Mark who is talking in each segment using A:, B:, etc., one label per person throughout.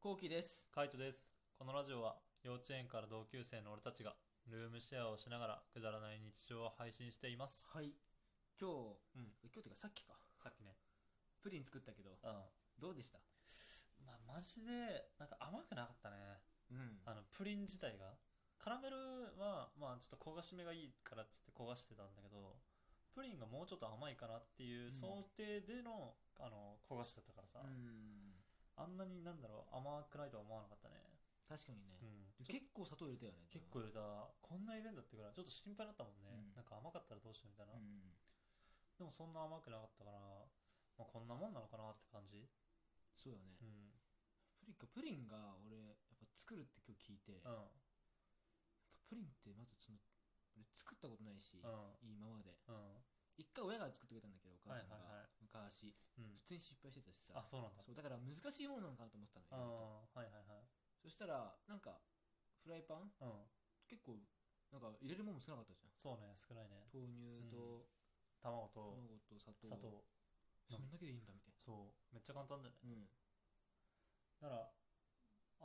A: こうきです。
B: カイトです。このラジオは幼稚園から同級生の俺たちがルームシェアをしながらくだらない日常を配信しています。
A: はい。今日、
B: うん
A: 今日っていうかさっきか。
B: さっきね。
A: プリン作ったけど、
B: うん。
A: どうでした
B: まあ、マジで、なんか甘くなかったね。
A: うん
B: あの、プリン自体が。カラメルは、まあ、ちょっと焦がし目がいいからっつって焦がしてたんだけど、プリンがもうちょっと甘いかなっていう想定での、あの、焦がしだったからさ、
A: うん。
B: あんなになんだろう、甘くないとは思わなかったね。
A: 確かにね
B: う。ん。ちょ
A: 結構砂糖入れたよね。
B: 結構入れたこんな入れんだってぐらいちょっと心配だったもんね、
A: うん
B: なんか甘かったらどうしようみたい
A: う
B: な、
A: ん。
B: でもそんな甘くなかったから、まあ、こんなもんなのかなって感じ
A: そうよね
B: う。ん
A: プリンか、プリンが俺、やっぱ作るって今日聞いて、
B: うん
A: プリンってまずその、俺作ったことないし、
B: うん
A: 今まで。
B: うん
A: 一回親が作ってくれたんだけど、お母さんが。
B: はいはいはい
A: 昔。
B: うん
A: 普通に失敗してたしさ
B: あ。そうなんだ
A: そう、だから難しいものなのかなと思ってたのよ意外と。
B: ああはいはいはい
A: そしたら、なんか、フライパン
B: うん
A: 結構なんか入れるもんも少なかったじゃん
B: そうね少ないね
A: 豆乳と
B: 卵と
A: 卵と砂糖,、
B: 砂糖
A: そんだけでいいんだみたい
B: そうめっちゃ簡単だよね
A: なうん
B: だから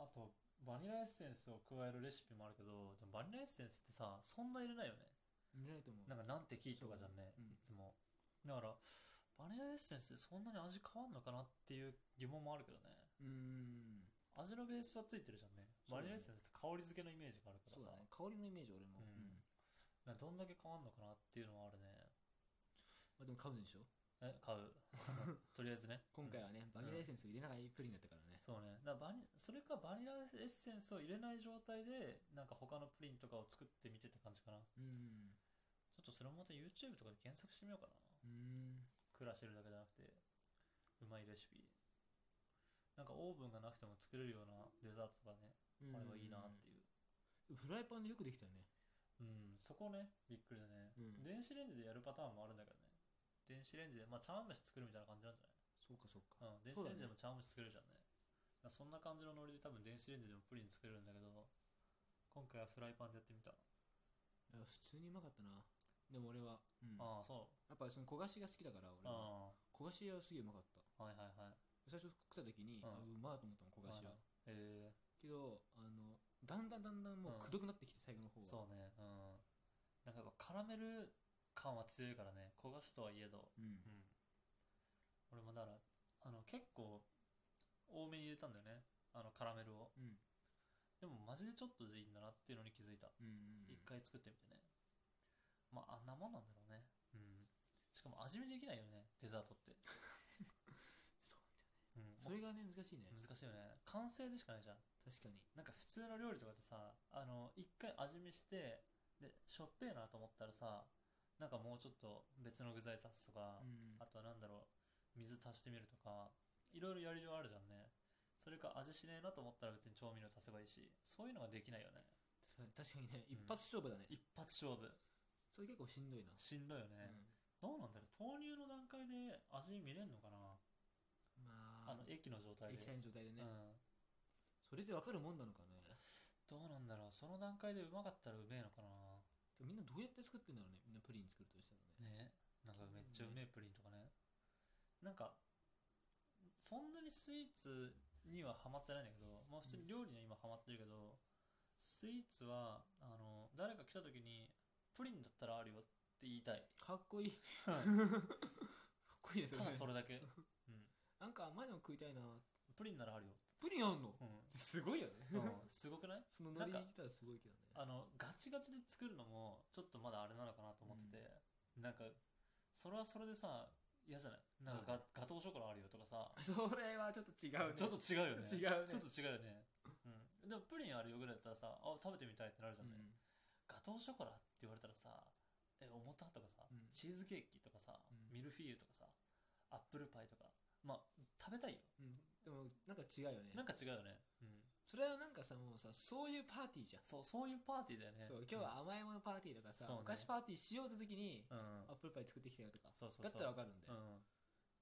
B: あとバニラエッセンスを加えるレシピもあるけどでもバニラエッセンスってさそんな入れないよね
A: 入れないと思う
B: なんかなんてキーとかじゃんね、
A: そううん
B: いつも。だから、バニラエッセンスでそんなに味変わんのかなっていう疑問もあるけどね。
A: うーん
B: 味のベースはついてるじゃんね。
A: そう
B: バ
A: だね
B: ニラエッセンスって香り付けのイメージがあるか
A: そう
B: ら
A: だ
B: さ。
A: ね香りのイメージ俺も、
B: うんだからどんだけ変わんのかなっていうのはあるね。
A: まあ、でも買うんでしょ
B: え、買う。とりあえずね。
A: 今回
B: は。
A: はね、バニラエッセンス入れながらプリンだったからね
B: そうね。だからバニそれかバニラエッセンスを入れない状態で、なんか他のプリンとかを作ってみてって感じかな。
A: うん
B: ちょっとそれもまた YouTube とかで検索してみようかな。
A: うーん
B: 暮らしてるだけじゃなくてうまいレシピなんかオーブンがなくても作れるようなデザートとかね
A: うん
B: あれはいいなっていう
A: フライパンでよくできたよね
B: うんそこねびっくりだね、
A: うん
B: 電子レンジでやるパターンもあるんだけどね電子レンジでまあ茶碗蒸し作るみたいな感じなんじゃ
A: そうかそうか
B: ない、うん、電子レンジでも茶碗蒸し作れるじゃんねだからそんな感じのノリで多分電子レンジでもプリン作れるんだけど今回はフライパンでやってみた、
A: いや普通にうまかったなでも俺は、うん、や
B: ああそ
A: っぱりその焦がしが好きだから
B: う
A: 俺は
B: あ
A: 焦がしはすげえうまかった
B: あはいはいはい
A: 最初食った時に、
B: うん
A: あうまいと思ったもん焦がしは、
B: へえ
A: けどあのだんだんだんだんもううんくどくなってきて最後の方は
B: そうねうんなんかやっぱカラメル感は強いからね焦がしとはいえど
A: うん
B: うん俺もだからあの結構多めに入れたんだよねあのカラメルを
A: うん
B: でもマジでちょっとでいいんだなっていうのに気づいた
A: うん
B: 一、回作ってみてねまああんなもんなんだろうねうんしかも味見できないよねデザートって、
A: そう
B: うん、
A: そ
B: も
A: れがね難しいね
B: う難しいよね完成でしかないじゃん
A: 確かに
B: なんか普通の料理とかでさあの一回味見してでしょっぺえなと思ったらさなんかもうちょっと別の具材足すと
A: う
B: か、
A: ん
B: あとはなんだろう水足してみるとかいろいろやりようあるじゃんねそれか味しねえなと思ったら別に調味料足せばいいしそういうのができないよね
A: 確かにね
B: う
A: 一
B: ん
A: 発勝負だね
B: 一発勝負
A: それ結構しんどいな
B: しんどいよね、
A: う
B: どうなんだろう豆乳の段階で味見れんのかな、
A: ん
B: あ
A: ま
B: の液の状
A: あ
B: 態で、
A: 液体の状態でね
B: うん
A: それで分かるもんなのかね
B: どうなんだろうその段階でうまかったらうめえのかな
A: でもみんなどうやって作ってんだろうねみんなプリン作るとしたらね
B: ねなんかめっちゃうめえプリンとかねなんかそんなにスイーツにはハマってないんだけど、まあ、普通に料理には今ハマってるけど、スイーツはあの誰か来た時にプリンだったらあるよって言いたい
A: かっこいいか っこいいです
B: た
A: よね
B: だそれだけ、うん、
A: なんか甘いの食いたいな
B: プリンならあるよ、
A: プリンあんの
B: うん
A: すごいよね
B: うん、すごくない
A: そのノリ
B: な
A: で
B: んか
A: 来たらすごいけどね
B: あのガチガチで作るのもちょっとまだあれなのかなと思ってて、なんかそれはそれでさ嫌じゃないなんかガ,、
A: はい
B: ガトーショコラあるよとかさ
A: それはちょっと違うね
B: ちょっと違うよ ね。
A: 違うね
B: ちょっと違うよね。うん。でもプリンあるよぐらいだったらさ、あ、食べてみたいってなるじゃんね。ガトーショコラって言われたらさ、え、重たとかさ、
A: うん
B: チーズケーキとかさ、
A: うん
B: ミルフィーユとかさ、アップルパイとか。まあ、食べたいよ。
A: うん、うん、でもなんか違うよね
B: なんか違うよね。うん。
A: それはなんかさもうさそういうパーティーじゃん、
B: そう、そういうパーティーだよね。
A: そう今日は甘いものパーティーとかさ、
B: そうね
A: お菓子パーティーしようって時に、
B: うん。うん。
A: アップルパイ作ってきたよとか
B: そうそ
A: だ
B: うそう。
A: ったらわかるんだ
B: う
A: よ、
B: ん。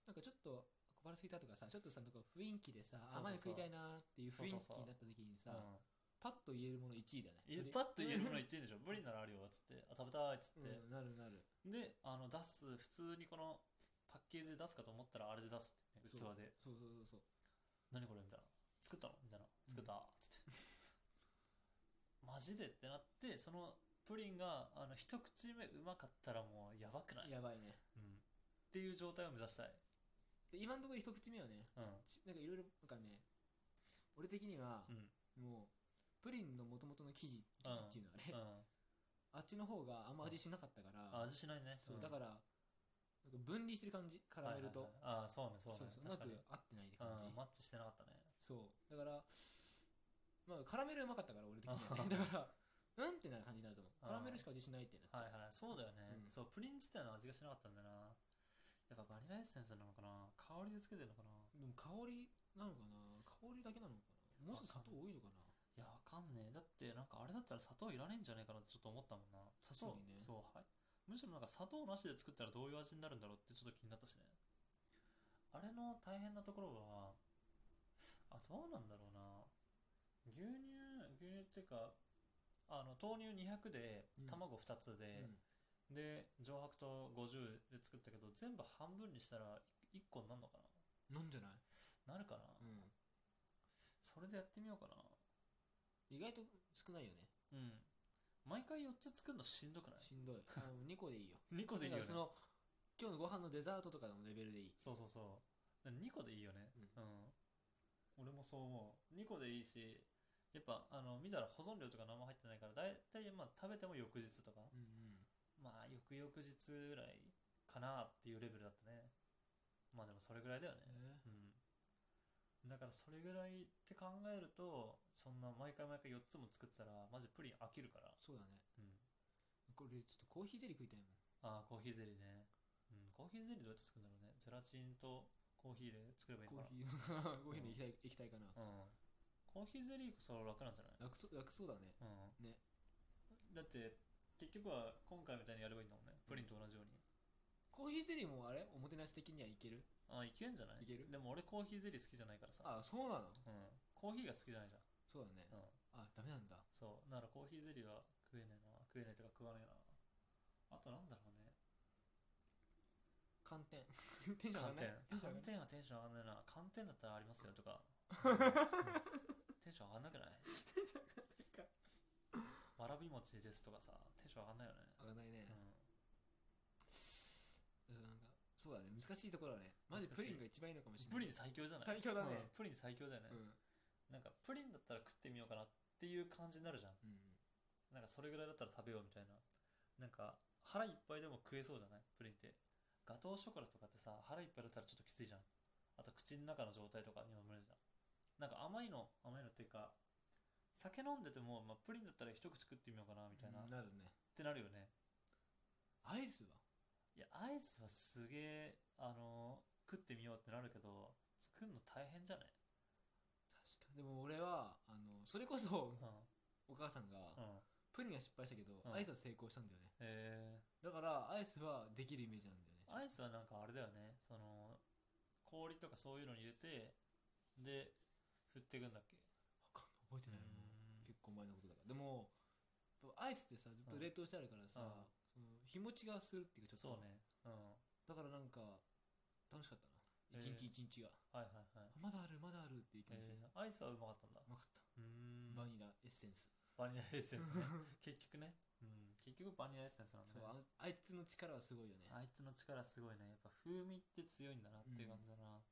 A: なんかちょっと小腹すいたとかさちょっとさなんか雰囲気でさ
B: そうそうそう
A: 甘いの食いたいなっていう雰囲気に
B: そうそうそう
A: なった時にさ
B: うん
A: パッと言えるもの1位だね
B: え
A: それ
B: パッと言えるもの1位でしょ。プリンならあるよ、つって。あ、食べたい、っつって。
A: うんなるなる
B: で、あの、出す、普通にこの、パッケージで出すかと思ったらあれで出すってね、
A: そう
B: 器で。
A: そうそうそうそう
B: 何これみたいな。作ったのみたいな。 マジでってなってそのプリンがあの一口目うまかったらもうやばくない、
A: やばいね
B: うん、っていう状態を目指したい、
A: で今のところ一口目はね
B: うん
A: ちなんかいろいろなんかね俺的には
B: うん
A: もうプリンの元々の生地生地っていうのはね、
B: うん、
A: あっちの方があんま味しなかったから、
B: あ味しないね
A: そう
B: うん
A: だからなんか分離してる感じカラメルと、
B: はいはいはいあそうねそうね
A: そうそううまく
B: 確かに
A: 合ってない感じ、
B: うんマッチしてなかったね
A: そうだからまあカラメルうまかったから俺的にはね だからうんってな感じになると思うカラメルしか味しないってな
B: は
A: っ
B: い
A: ちゃう
B: はいそうだよね、
A: うん
B: そうプリン自体の味がしなかったんだよなやっぱバニラエッセンスなのかな香りをつけてるのかな
A: でも香りなのかな香りだけなのかなもうちょっと砂糖多いのかない
B: やわかんねえだってなんかあれだったら砂糖いらねえんじゃねえかなってちょっと思ったもんな砂糖
A: 確かにね
B: そうはいむしろなんか砂糖なしで作ったらどういう味になるんだろうってちょっと気になったしねあれの大変なところはあどうなんだろうな牛乳牛乳っていうかあの豆乳200で
A: うん
B: 卵2つで、
A: うん
B: で上白糖50で作ったけど全部半分にしたら1個になるのか
A: なんじゃない、
B: ななるかな、
A: うん、
B: それでやってみようかな
A: 意外と少ないよね
B: うん毎回4つ作るのしんどくない
A: しんどいあの2個でいい よ
B: ?2 個でいいよ
A: だ
B: ね
A: からその今日のご飯のデザートとかのレベルでいい
B: そうそうそう2個でいいよねうん、俺もそう思う2個でいいしやっぱあの見たら保存料とか何も入ってないからだいたいまあ食べても翌日とか
A: うんうん
B: まあ翌々日ぐらいかなっていうレベルだったねまあでもそれぐらいだよね
A: え
B: うんだからそれぐらいって考えるとそんな毎回毎回4つも作ってたらマジプリン飽きるから、
A: ーそうだね
B: うん、
A: これちょっとコーヒーゼリー食いたいもん
B: ああ、コーヒーゼリーね。うん、コーヒーゼリーどうやって作るんだろうね。ゼラチンとコーヒーで作ればいいの
A: コ
B: か
A: ー
B: な。
A: ヒーコーヒーの液体液体かな
B: うん。コーヒーゼリーこそ楽なんじゃない
A: 楽そう楽そうだね
B: うん。
A: ね。
B: だって、結局は今回みたいにやればいいんだもんね。プリンと同じように。
A: コーヒーゼリーもあれおもてなし的にはいける
B: ああ、いけるんじゃない
A: いける
B: でも俺コーヒーゼリー好きじゃないからさ。
A: あそうなの
B: うん。コーヒーが好きじゃないじゃん。
A: そうだね
B: うん。
A: あダメなんだ
B: そう。ならコーヒーゼリーは食えねえな。食えねえとか食わねえな。あとなんだろうね。
A: 寒天テンション
B: 寒
A: 上がん
B: 天
A: ない。
B: 寒天はテンション上がんないな。寒天だったらありますよ とか。テンション上がんなくないわらび餅ですとかさ、テンション上がんないよね。
A: 上がんないね
B: うん、
A: うんなんかそうだね難しいところだねマジプリンが一番いいのかもしれ
B: プ
A: ない
B: リン最強じゃない
A: 最強だね
B: うんプリン最強だよね、
A: うん
B: なんかプリンだったら食ってみようかなっていう感じになるじゃん。
A: うん
B: なんかそれぐらいだったら食べようみたいな。なんか腹いっぱいでも食えそうじゃないプリンって。ガトーショコラとかってさ、腹いっぱいだったらちょっときついじゃん。あと口の中の状態とかにも無理じゃん。なんか甘いの、甘いのっていうか、酒飲んでても、まあ、プリンだったら一口食ってみようかなみたいな、
A: うん
B: っ
A: なるね
B: てなるよね。
A: アイスはい
B: や、アイスはすげえ、あの食ってみようってなるけど、作るの大変じゃない
A: 確かにでも俺はあのそれこそ
B: うん。
A: お母さんが
B: うん。
A: プリンは失敗したけど
B: うん
A: アイスは成功したんだよね
B: え
A: だからアイスはできるイメージなんだよね
B: ー、アイスはなんかあれだよね。その、氷とかそういうのに入れて、で、振っていくんだっけ
A: わかんない覚えてないもう
B: う
A: 結構前のことだからでもアイスってさずっと冷凍してあるからさ、
B: うん
A: その日持ちがするっていうか
B: ん
A: ち
B: そ
A: ょっと
B: うね。うん。
A: だからなんか楽しかったな
B: えー
A: 一日一日が、
B: はいはい
A: あ
B: はい。
A: まだあるまだあるっていう気
B: え
A: 持ちでう
B: ー、アイスはうまかったんだ。
A: まかった
B: うーん。
A: バニラエッセンス、
B: バニラエッセンスね。 結局ね。うん。結局バニラエッセンスなん だ
A: そう
B: ね。
A: ああいつの力はすごいよね
B: あいつの力すごいね。やっぱ風味って強いんだなっていう感じだな。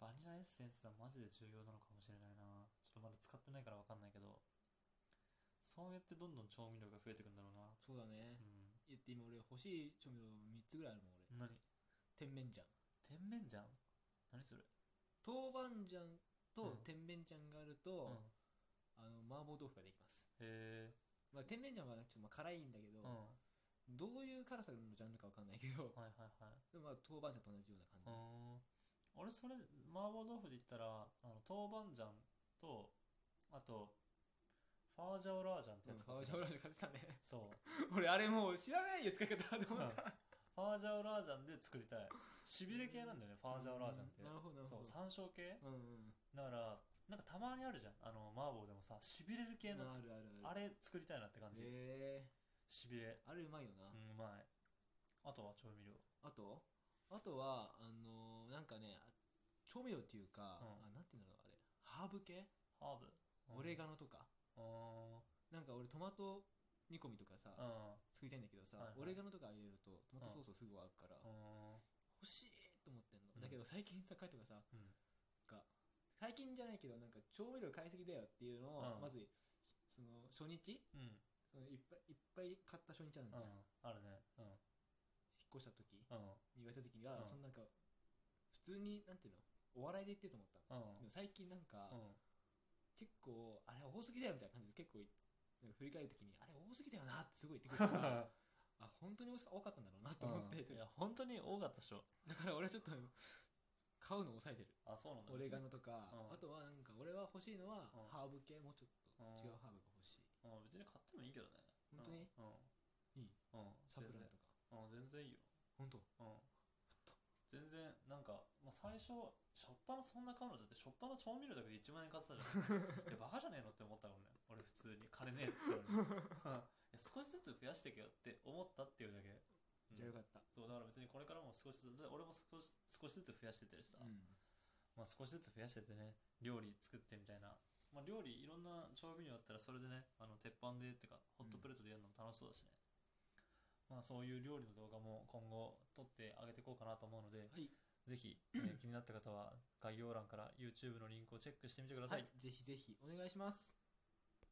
B: バニラエッセンスはマジで重要なのかもしれないな。ちょっとまだ使ってないからわかんないけど。そうやってどんどん調味料が増えてくんだろうな。
A: そうだね
B: う
A: 言って今俺欲しい調味料3つぐらいあるもん
B: ん。何
A: 俺甜麺醤
B: 甜麺醤何それ
A: 豆板醤
B: う
A: と
B: ん
A: 甜麺醤がある
B: うん。
A: と、あの麻婆豆腐ができます、
B: へえ。
A: まあ、甜麺醤はちょっとまあ辛いんだけど、
B: うん。は
A: どういう辛さのジャンルかわかんないけど
B: いはいはい。
A: でもまあ豆板醤と同じような
B: うー
A: 感
B: ん。俺それ、麻婆豆腐で言ったら、あの豆板醤と、あと、ファージャオラージャンって
A: じ、うん、
B: や
A: フ
B: つ
A: ァ
B: 買っ
A: ー
B: て
A: ジ
B: た
A: ャオラージャ買ってたね
B: そう。
A: 俺あれもう知らないよ使い方と思った
B: ファージャオラージャンで作りたい。しびれ系なんだよね、ファージャオラージャンって
A: うん。なるほどなる
B: そ
A: ほ
B: う、
A: ど
B: 山椒系
A: うんうん
B: だから、なんかたまにあるじゃん。あの、麻婆でもさ、しびれる系の、
A: あるある
B: あ
A: る
B: れ作りたいなって感じ。
A: へえ
B: しびれ。
A: あれうまいよな、
B: うん、うまい。あとは調味料。
A: あとあとはあのーなんかねあ調味料っていうか、
B: う
A: あ
B: ん
A: なんていうんだろうあれハーブ系、
B: ハーブ。うん
A: オレガノとか
B: あー
A: なんか俺トマト煮込みとかさ、
B: うん
A: 作りたいんだけどさ、
B: はいはい
A: オレガノとか入れるとトマトソースすぐ合うから、
B: う
A: 欲
B: ん
A: しいと思ってんの、
B: うん
A: だけど最近さ帰ってからさ、
B: うん
A: が最近じゃないけどなんか調味料買いすぎだよっていうのを、
B: うん
A: まずその初日
B: うん
A: そのいっぱいいっぱい買った初日なんじ
B: う
A: ゃん、
B: ん
A: 引っ
B: あるねうん
A: 越した時に
B: うん
A: 言われた時には、
B: うん
A: そのなんか普通になんていうのお笑いで言ってると思った
B: うん
A: でも最近なんか、
B: うん
A: 結構あれ多すぎだよみたいな感じで結構なんか振り返るときにあれ多すぎだよなってすごい言ってくるから あ本当に多す多かったんだろうなと思って、
B: うんいや本当に多かったでしょ
A: だから俺はちょっと買うのを抑えてる
B: あそうなんだ
A: オレガノとか、
B: うん
A: あとはなんか俺は欲しいのは
B: うん
A: ハーブ系もうちょっと
B: うん
A: 違うハーブが欲しい
B: うん別に買ってもいいけどね
A: 本当に
B: うん
A: いい
B: うん
A: サプラン
B: 全
A: とか
B: 然うん全然いいよ
A: 本当
B: うん全然なんか、まあ、最初しょっぱなそんな買うのだってしょっぱな調味料だけで1万円買ってたじゃ んいやバカじゃねえのって思ったもんね俺普通に金ねえっつったのに いや少しずつ増やしてけよって思ったっていうだけ、うん
A: じゃあよかった、
B: そうだから別にこれからも少しずつだって俺も少し少しずつ増やしてってるしさ、
A: うん
B: まあ、少しずつ増やしてってね料理作ってみたいな、まあ、料理いろんな調味料あったらそれでねあの鉄板でっていうかホットプレートでやるのも楽しそうだしね、まあ、そういう料理の動画も今後撮ってあげていこうかなと思うので、
A: はい
B: ぜひ、えー気になった方は概要欄から YouTube のリンクをチェックしてみてくださ、
A: はいいぜひぜひお願いします